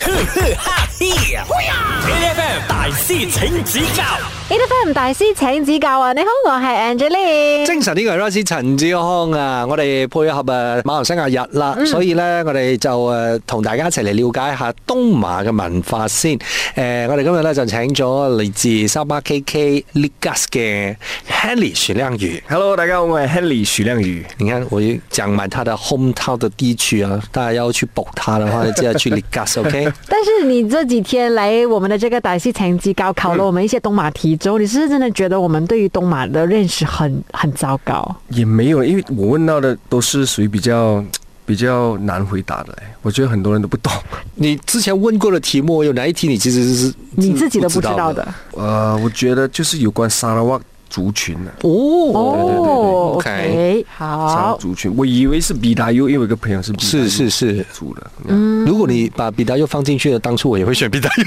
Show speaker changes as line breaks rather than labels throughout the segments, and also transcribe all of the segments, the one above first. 哈嘿，A.F.M. 大師請指教
，A. F. M. 大師請指教啊！你好，我係 Angeline。
精神呢個係 Royce 陳志康啊，我哋配合誒馬來西亞日
嗯
啦，所以咧我哋就誒同大家一齊嚟了解下東馬嘅文化先。誒、呃我哋今日咧就請咗嚟自三巴 KK Ligas 嘅 Henry 徐亮宇。
Hello，大家好，我係 Henry 徐亮宇。
你看，我就讲满他的 hometown 的地区啊，大家要去保他的话，记得去 Ligas，OK？、
但是你這幾天來我們的這個大師請指教，考了我們一些東馬題之後，你是不是真的覺得我們對於東馬的認識很很糟糕？
也没有，因为我問到的都是屬於比較比較難回答的、欸，我觉得很多人都不懂。
你之前问过的题目，有哪一题你其实是
你自己都不
不
知道的。
呃，我覺得就是有關沙拉哇族群的、
哦？
哦
對對對
，OK，
沙拉
好，
族群，我以為是比达尤，因为有一個朋友是比达尤
是是是，
族的，
嗯
如果你把比达又放进去了，当初我也会选比达又。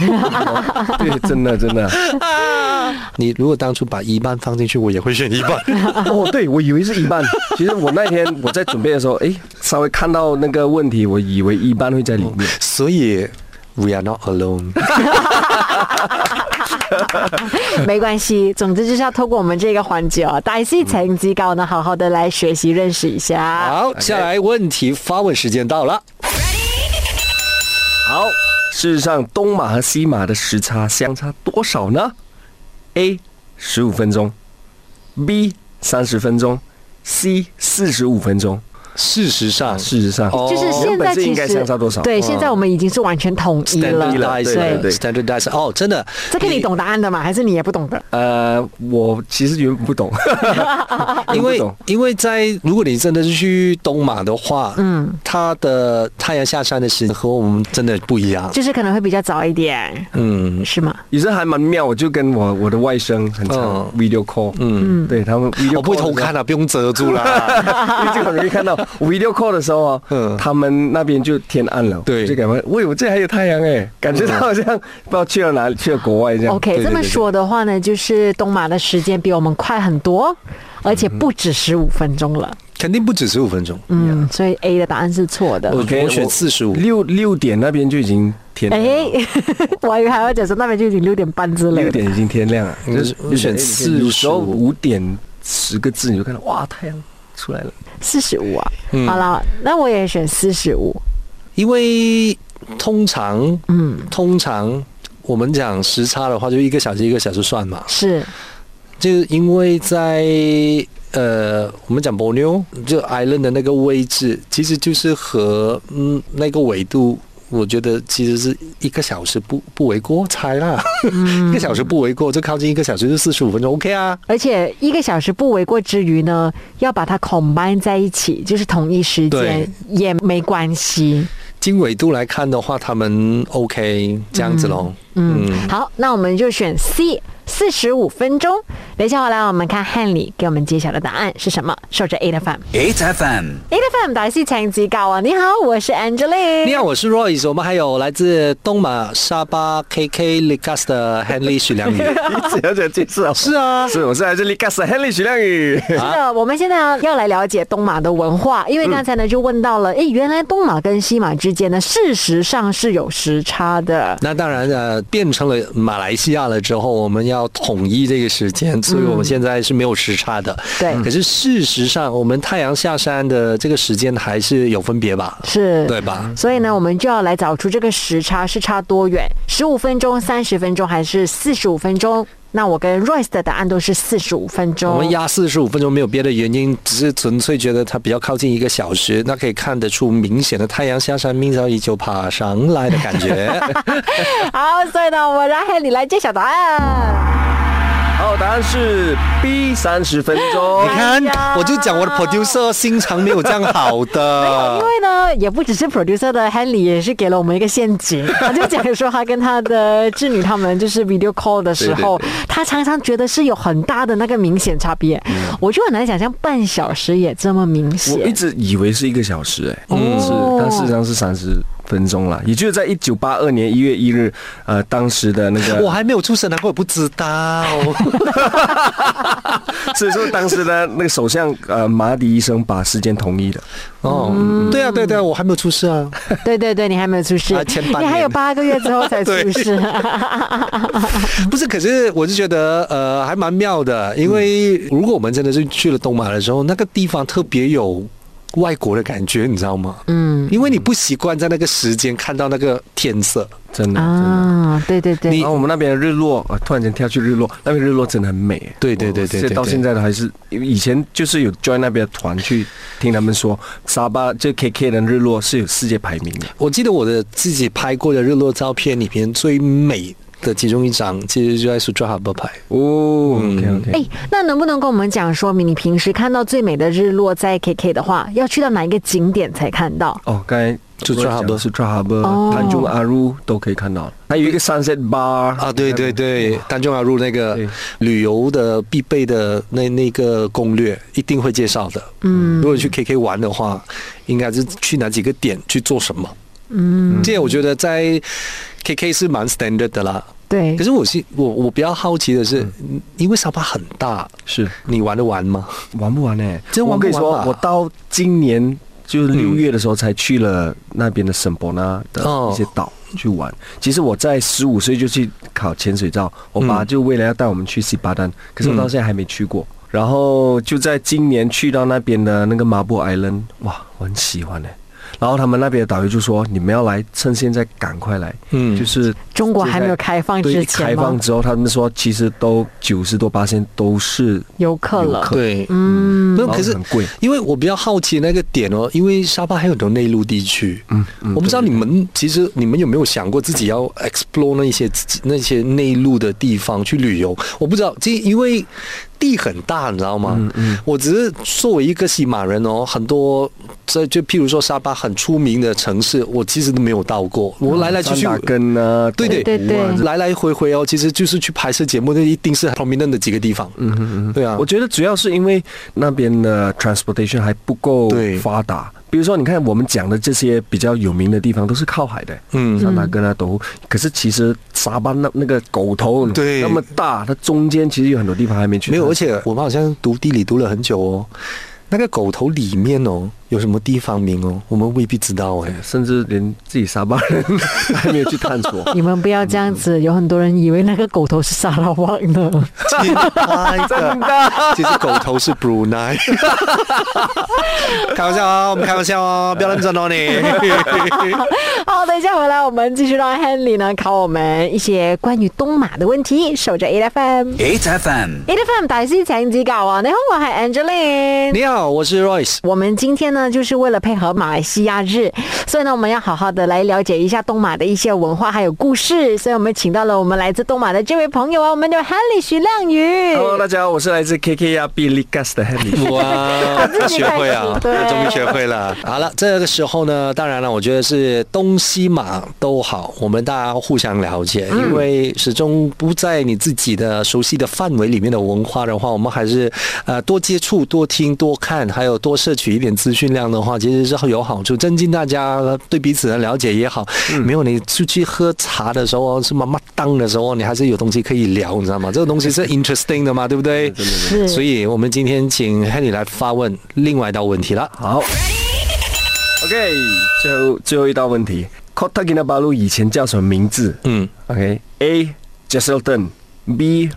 对，真的真的。
你如果当初把一半放进去，我也会选一 半。
哦，对，我以为是一半。其实我那天我在准备的时候，哎，稍微看到那个问题，我以为一半会在里面。
所以 we are not alone。
没关系，总之就是要透过我们这个环节哦，大师请指教呢，好好的来学习认识一下。
好，下来问题发问时间到了。
好，事实上，东马和西马的时差相差多少呢？A 十五分钟，B 三十分钟，C 四十五分钟。
事实上，
事实上，
哦
就是现
原
在
本是
其
应该
实
相差多少
对，
嗯
现在我们已经是完全统一了。
了对对对
standardize 哦，真的，
这个你懂答案的吗？还是你也不懂的？
呃，我其实原本不懂，
因为
不懂
因为在如果你真的是去东马的话，嗯，它的太阳下山的时间和我们真的不一样，
就是可能会比较早一点，
嗯，
是吗？
也是还蛮妙。我就跟我我的外甥很常
嗯
video
video
call，嗯，对他 们 video call，
我不会偷
的时候
看了、啊不用遮住 啦。
因为就很容易看到 video call 的时候啊，
嗯
他们那边就天暗了，
对嗯
就感觉喂，我这还有太阳哎，感觉到好像不知道去了哪里，去了国外这样。
OK，
对
这么说的话呢，就是东马的时间比我们快很多，而且不止十五分钟了。
肯定不止十五分钟，
嗯，所以 A 的答案是错的。
我
OK，
我选
我
45
六六点那边就已经天亮了，
哎， 我还以为还要讲说那边就已经六点半之类
六
的。
点已经天亮了，
我
就是
我选
六点
45
有时候五点十个字你就看到哇，太阳出来了。
四十五啊，
嗯
好了，那我也选四十五。
因为通常，
嗯，
通常我们讲时差的话，就一个小时一个小时算嘛，
是
就是因为在呃，我们讲 Borneo 就 island 的那个位置，其实就是和嗯那个纬度，我觉得其实是一个小时不不为过，猜啦，
嗯
一个小时不为过，就靠近一个小时就四十五分钟，OK 啊。
而且一个小时不为过之余呢，要把它 combine 在一起，就是同一时间
对
也没关系。
经纬度来看的话，他们 OK 这样子咯。
嗯，好，那我们就选 C，四十五分钟。等一下回来，我们看汉里给我们揭晓的答案是什么。守着 A 的 FM，A
，H FM。
的 FM 大师请指教啊！你好，我是 Angeline。
你好，我是 Royce，我们还有来自东马沙巴 KK Ligas 的 Henry 许良宇。
一直要讲介绍，
是啊，
是我是来这里干啥？Henry 徐亮宇，
是的，我们现在呢要来了解东马的文化，因为刚才呢就问到
嗯
了，诶，原来东马跟西马之间呢，事实上是有时差的。
那当然呃，变成了马来西亚了之后，我们要统一这个时间，所以我们现在是没有时差的。
对
可是事实上，我们太阳下山的这个时间还是有分别吧？
是，
对吧？
所以呢，我们就要来找出这个时差是差多远，十五分钟、三十分钟还是四十五分钟？那我跟 Royce 的答案都是四十五分钟。
我们压四十五分钟没有别的原因，只是纯粹觉得它比较靠近一个小时，那可以看得出明显的太阳下山，明早依旧爬上来的感觉。
好，所以呢，我们让 Henry 来揭晓答案。
好，答案是 B 三十分钟
你。看
哎呀，
我就讲我的 producer 心肠没有这样好
因
的。
为呢，也不只是 producer 的 Henry 也是给了我们一个陷 阱，他就讲说他跟他的侄女他们就是 video call 的时候，他常常觉得是有很大的那个明显差别，
嗯
我就很难想象半小时也这么明显。
我一直以为是一个小时哎、
嗯
是，但事实上是三十分钟了，也就是在一九八二年一月一日，呃，当时的那个，
我还没有出生，难怪我不知 道。哦
所以说当时的那个首相呃马迪医生把时间同意的，
哦，对啊，对对啊，我还没有出世啊。
对对对，你还没有出世，
啊前半年
你还有八个月之后才出 世。
不是，可是我是觉得呃还蛮妙的，因为如果我们真的是去了东马的时候，那个地方特别有。外国的感觉，你知道吗？嗯，因为你不习惯在那个时间看到那个天色，
真的。真的
啊，对对对，
然后我们那边的日落，啊突然间跳去日落，那边日落真的很美。
对对对
我
对
我
对
到现在都还是，因为以前就是有 join 那边的团去听他们说，沙巴就 KK 的日落是有世界排名的。
我记得我的自己拍过的日落照片里面最美的其中一张，其实就在苏抓哈巴拍。
哦，OK OK，
哎，那能不能跟我们讲说明你平时看到最美的日落在 KK 的话，要去到哪一个景点才看到？
哦，刚才
就
我
Tra
讲
Harbour
是 Tra
哦
Harbour、潘中阿鲁都可以看到，还有一个 Sunset Bar
啊，对对对，丹中阿入那个
对
旅游的必备的那那个攻略一定会介绍的。嗯，如果去 KK 玩的话，应该是去哪几个点去做什么？嗯，这我觉得在 KK 是蛮 standard 的啦。
对
可，是我是我我比较好奇的是，因为沙巴很大，
是
你玩得完吗？
玩不完呢、
真玩
我
不
跟
完
你说
吧，嗯
我到今年就是六月的时候才去了那边的圣伯纳的
哦
一些岛去玩。其实我在十五岁就去考潜水照，我爸
嗯
就为了要带我们去西巴丹，可是我到现在还没去过。然后就在今年去到那边的那个马布 Island，哇，我很喜欢呢、然后他们那边的导游就说：“你们要来，趁现在赶快来。”
嗯
就是
中国还没有开放之
对，一
前
开
吗
放？之后，他们说其实都九十多八千都是
游客了，
对，
嗯，
那
然后
可是
很贵
因为我比较好奇那个点哦，因为沙巴还有很多内陆地区，嗯，我不知道你们其实你们有没有想过自己要 explore 那些自己那些内陆的地方去旅游？我不知道，这因为地很大，你知道吗？嗯嗯，我只是作为一个西马人哦，很多这就譬如说沙巴很出名的城市，我其实都没有到过，我来来去去。
三打根啊，
对对
对对
来来回回哦，其实就是去拍摄节目，那一定是 prominent 的几个地方。嗯嗯嗯，对啊，
我觉得主要是因为那边的 transportation 还不够
对
发达。比如说，你看我们讲的这些比较有名的地方都是靠海的，
嗯
像那跟那啊都。可是其实沙巴那那个狗头
对
那么大，它中间其实有很多地方还没去。
没有，而且我们好像读地理读了很久哦。那个狗头里面哦，有什么地方名哦，我们未必知道哎。
甚至连自己沙巴人 还没有去探 索。
你们不要这样子，有很多人以为那个狗头是沙拉旺的。
真 的，其实狗头是 Brunei。开玩笑啊，我们开玩笑啊，不要认真哦你。
好，等一下回来，我们继续让 Henry 呢考我们一些关于东马的问题。守着 A F M，A
，8FM。
F M 大师请指教啊！你好，我系 Angeline。
你好，我是 Royce。
我们今天呢，就是为了配合马来西亚日，所以呢，我们要好好的来了解一下东马的一些文化还有故事。所以我们请到了我们来自东马的这位朋友啊，我们的 Henry 徐亮宇。
Hello，大家好，我是来自 KK 亚 b i l i g a s 的 Henry。
哇
自己
学会啊，
开始对
终于学会了。 好了，这个时候呢，当然了，我觉得是东西马都好，我们大家互相了解，因为始终不在你自己的熟悉的范围里面的文化的话，我们还是呃多接触、多听、多看，还有多摄取一点资讯量的话，其实是有好处，增进大家对彼此的了解也好。没有你出去喝茶的时候，什么麦当的时候，你还是有东西可以聊，你知道吗？这个东 西是 interesting 的嘛，对不对？
对
所以我们今天请 Henry 来发问另外一道问题了。
好，OK，最后最后一道问题，Kota Kinabalu 以前叫什么名字？
嗯
，OK，A. Jesselton，B.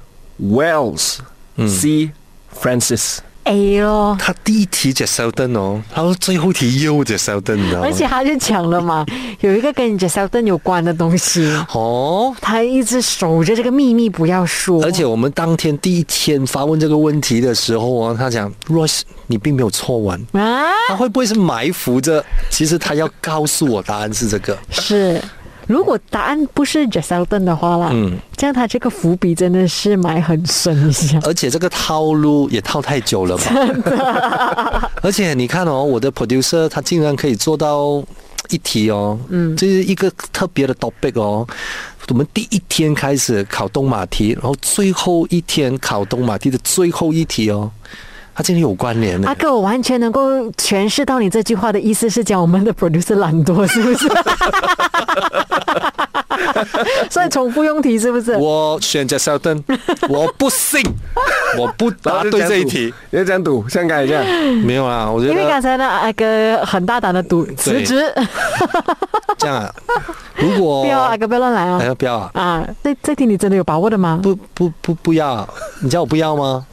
嗯
Wells，C. Francis。
A 咯，
他第一题解 s e l d o n 哦，他说最后题又解 s e l d o n 你知道吗？
而且他就讲了嘛，有一个跟 j e s e l t o n 有关的东西，
哦，
他一直守着这个秘密不要说。
而且我们当天第一天发问这个问题的时候啊，他讲 Royce 你并没有错完，
啊，
他会不会是埋伏着？其实他要告诉我答案是这个。
是。如果答案不是 j e s e l t o n 的话啦，嗯，这样他这个伏笔真的是埋很深一下。
而且这个套路也套太久了吧？而且你看哦，我的 producer 他竟然可以做到一题哦，嗯，这是一个特别的 topic 哦。我们第一天开始考东马题，然后最后一天考东马题的最后一题哦。它真的有关联的。
阿哥，我完全能够诠释到你这句话的意思是讲我们的 producer 懒惰，是 不是？所以重复用题是不是？
我选择 s e l t o n 我不信，我不答啊对这一题。
你要这样赌，香港一 下，
没有啦，我觉
因为刚
得
才呢，阿哥很大胆的赌辞职，
这样啊。如果
不 要阿哥不要乱来
哎
啊！
呀不要啊，
啊，这这题你真的有把握的 吗？
不不不不要，你叫我不要吗？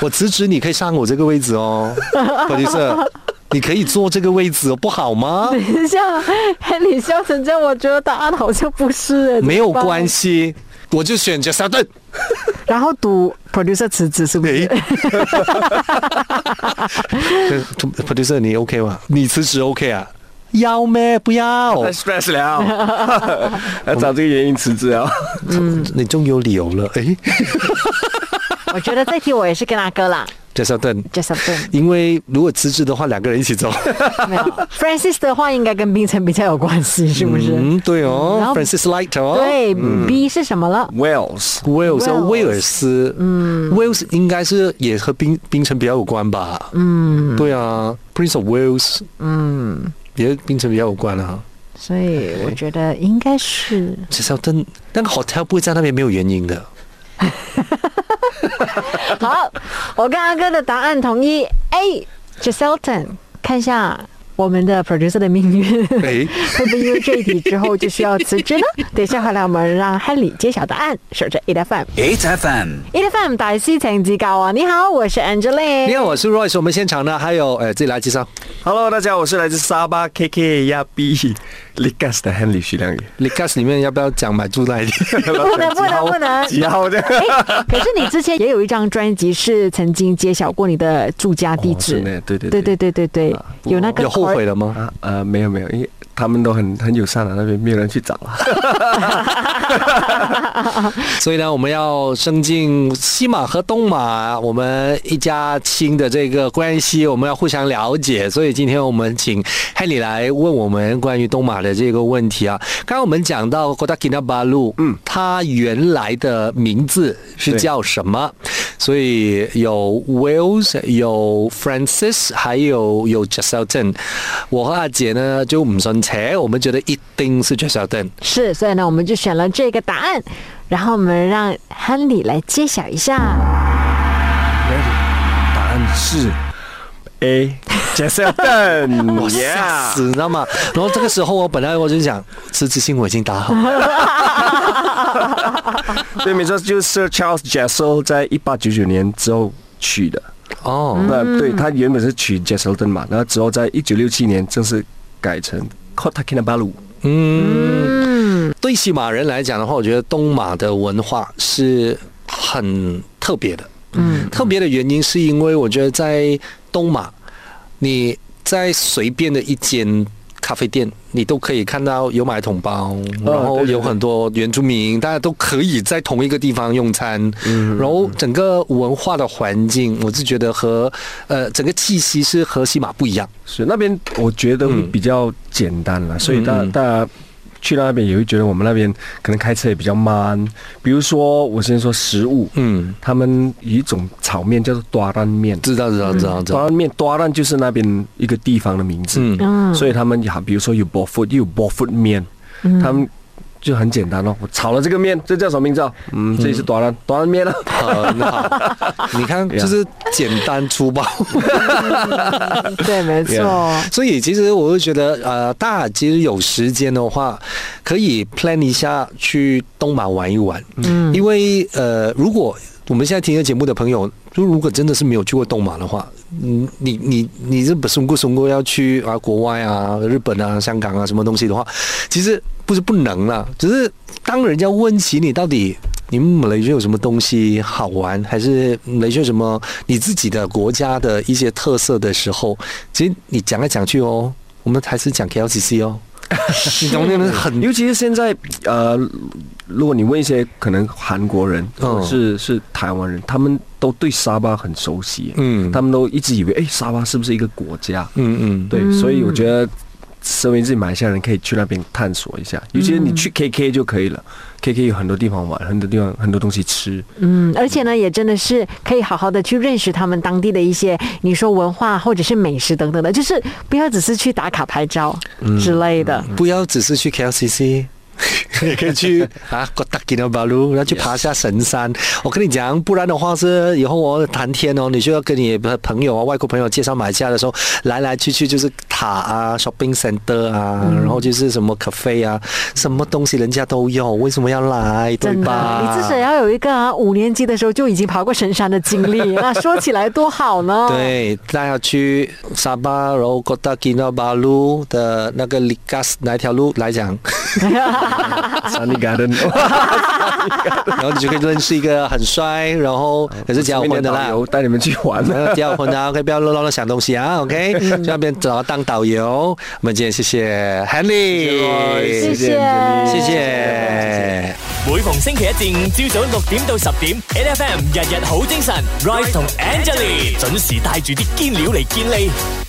我辞职，你可以上我这个位置哦，不就是？你可以坐这个位置哦，不好吗？
等一下，你笑成这样，我觉得答案好像不是哎，
没有关
系。
系，我就选择 s e l t o n
然后赌 producer 辞职是不
哎
是？
producer，你 OK 吗？你辞职 OK 啊？要咩？不要
太，stress 了， 要找这个原因辞职啊。
嗯
你终于有理由了。诶，
我觉得这题我也是跟阿哥啦
j e s s d o n
，just a b
因为如果辞职的话，两个人一起走。
没有。Francis 的话应该跟冰城比较有关系，是不是？
嗯，对
嗯然
哦
后
，Francis Light 哦，
对、b 是什么了？
Wales，
，Wales 哦
Wales
威尔斯，嗯，Wales 应该是也和冰冰城比较有关吧？嗯，对啊，Prince of Wales，嗯，也跟冰城比较有关啊。
所以我觉得应该是
j e s s d o n 那个 hotel 不会在那边没有原因的。
好。我跟阿哥的答案同一 A j e s e l t o n 看一下我们的 producer 的命 运。
诶，
会不会因为这一题之后就需要辞 职呢？等一下回来我们让 h a l y 揭晓答案。守着 E F M
，HFM。
E F M 大师请指教啊！你好，我是 Angeline。
你好，我是 Royce，我们现场呢还有呃，自己来介绍
Hello，大家好，我是来自沙巴 KK 亚比 Ligas 的 Henry 徐 亮宇。
Ligas 里面要不要讲买住那一点？
不
能 不能 不能
几号的？
哎，可是你之前也有一张专辑是曾经揭晓过你的住家地址，
哦真的对对
对
对
对对对对
不
有那个
有后
cor-
悔了吗？
啊呃，没有没有，因为他们都很很友善啊的，那边没有人去找了。
所以呢，我们要升进西马和东马，我们一家亲的这个关系，我们要互相了解。所以今天我们请 Henry 来问我们关于东马的这个问题啊。刚刚我们讲到 Kota Kinabalu，嗯，它原来的名字是
对
叫什么？所以有 Wales，有 Francis，还有有 j e s s e l t o n 我和阿姐呢就唔信邪，我们觉得一定是 j e s s e l t o n
是，所以呢，我们就选了这个答案，然后我们让亨利来揭晓一下。
答案是 A j e s s e l t o n
我吓死，你知道吗？然后这个时候，我本来我就想，辞职信我已经打好了，
对，没错，就是 Sir Charles j e s s e l 在一八九九年之后取的。
哦，
那对他原本是取 j e s s e l t o n 嘛，然后之后在一九六七年正式改成 Kota Kinabalu。
嗯，对西马人来讲的话，我觉得东马的文化是很特别的，嗯，特别的原因是因为我觉得在东马，你在随便的一间。咖啡店，你都可以看到有买桶包，然后
哦对对
有很多原住民，大家都可以在同一个地方用餐，
嗯
然后整个文化的环境，我是觉得和呃整个气息是和西马不一样。
是那边我觉得会比较简单了，所以大
嗯
大家去到那边也会觉得我们那边可能开车也比较慢。比如说，我先说食物，
嗯，
他们有一种炒面叫做多兰面，
知道知道知道知
多
道。
兰面多兰就是那边一个地方的名字，
嗯
嗯，
所以他们好，比如说有 b o f o o d 又有 b o f o o d 面，他们。就很简单咯，我炒了这个面，这叫什么名字啊？嗯，这里是多兰多兰面了。啊
很好， 你看，
Yeah
就是简单粗暴，
对，没错。
所以其实我就觉得，呃，大家其实有时间的话，可以 plan 一下去东马玩一玩，嗯，因为呃，如果我们现在听这节目的朋友，就如果真的是没有去过东马的话，嗯，你你你这本松过松过要去啊国外啊日本啊香港啊什么东西的话，其实不是不能啦，只是当人家问起你到底你们马来西亚有什么东西好玩，还是马来西亚有什么你自己的国家的一些特色的时候，其实你讲来讲去哦，我们还是讲 KLCC 哦， 你懂那个很
尤其是现在，呃，如果你问一些可能韩国人
嗯
或者是是台湾人，他们都对沙巴很熟悉，
嗯
他们都一直以为，哎，沙巴是不是一个国家？
嗯嗯，
对，所以我觉得身为自己马来西亚人，可以去那边探索一下。尤其是你去 KK 就可以了、k k 有很多地方玩，很多地方很多东西吃。
嗯，而且呢，也真的是可以好好的去认识他们当地的一些，你说文化或者是美食等等的，就是不要只是去打卡拍照之类的。
不要只是去 KLCC。也可以去啊，国大吉的巴路，然后去爬下神山。我跟你讲，不然的话是以后我谈天哦，你就要跟你的朋友啊、外国朋友介绍马来西亚的时候，来来去去就是塔啊、shopping center 啊，
嗯
然后就是什么 cafe 啊，什么东西人家都有，为什么要来？对
真的，
吧？
你至少要有一个啊，五年级的时候就已经爬过神山的经历， 那说起来多好呢。，
对，大家去沙巴，然后 Kota Kinabalu 的那个 Likas 哪一条路来讲，
Sunny Garden，
然后你就可以认识一个很帅，然 后也哎是结
我
婚
是你
的
的
啦
导。游带你们去玩
没 有结好婚啊，可以不要乱乱想东西啊，OK？去那边找他当导游。我们今天谢谢 Henry，
谢
谢谢
谢 Angeline
谢谢。
每逢星期一至五朝早六點到十點，N F M 日日好精神，Rise 同 Angelie 準時帶住啲堅料嚟健利。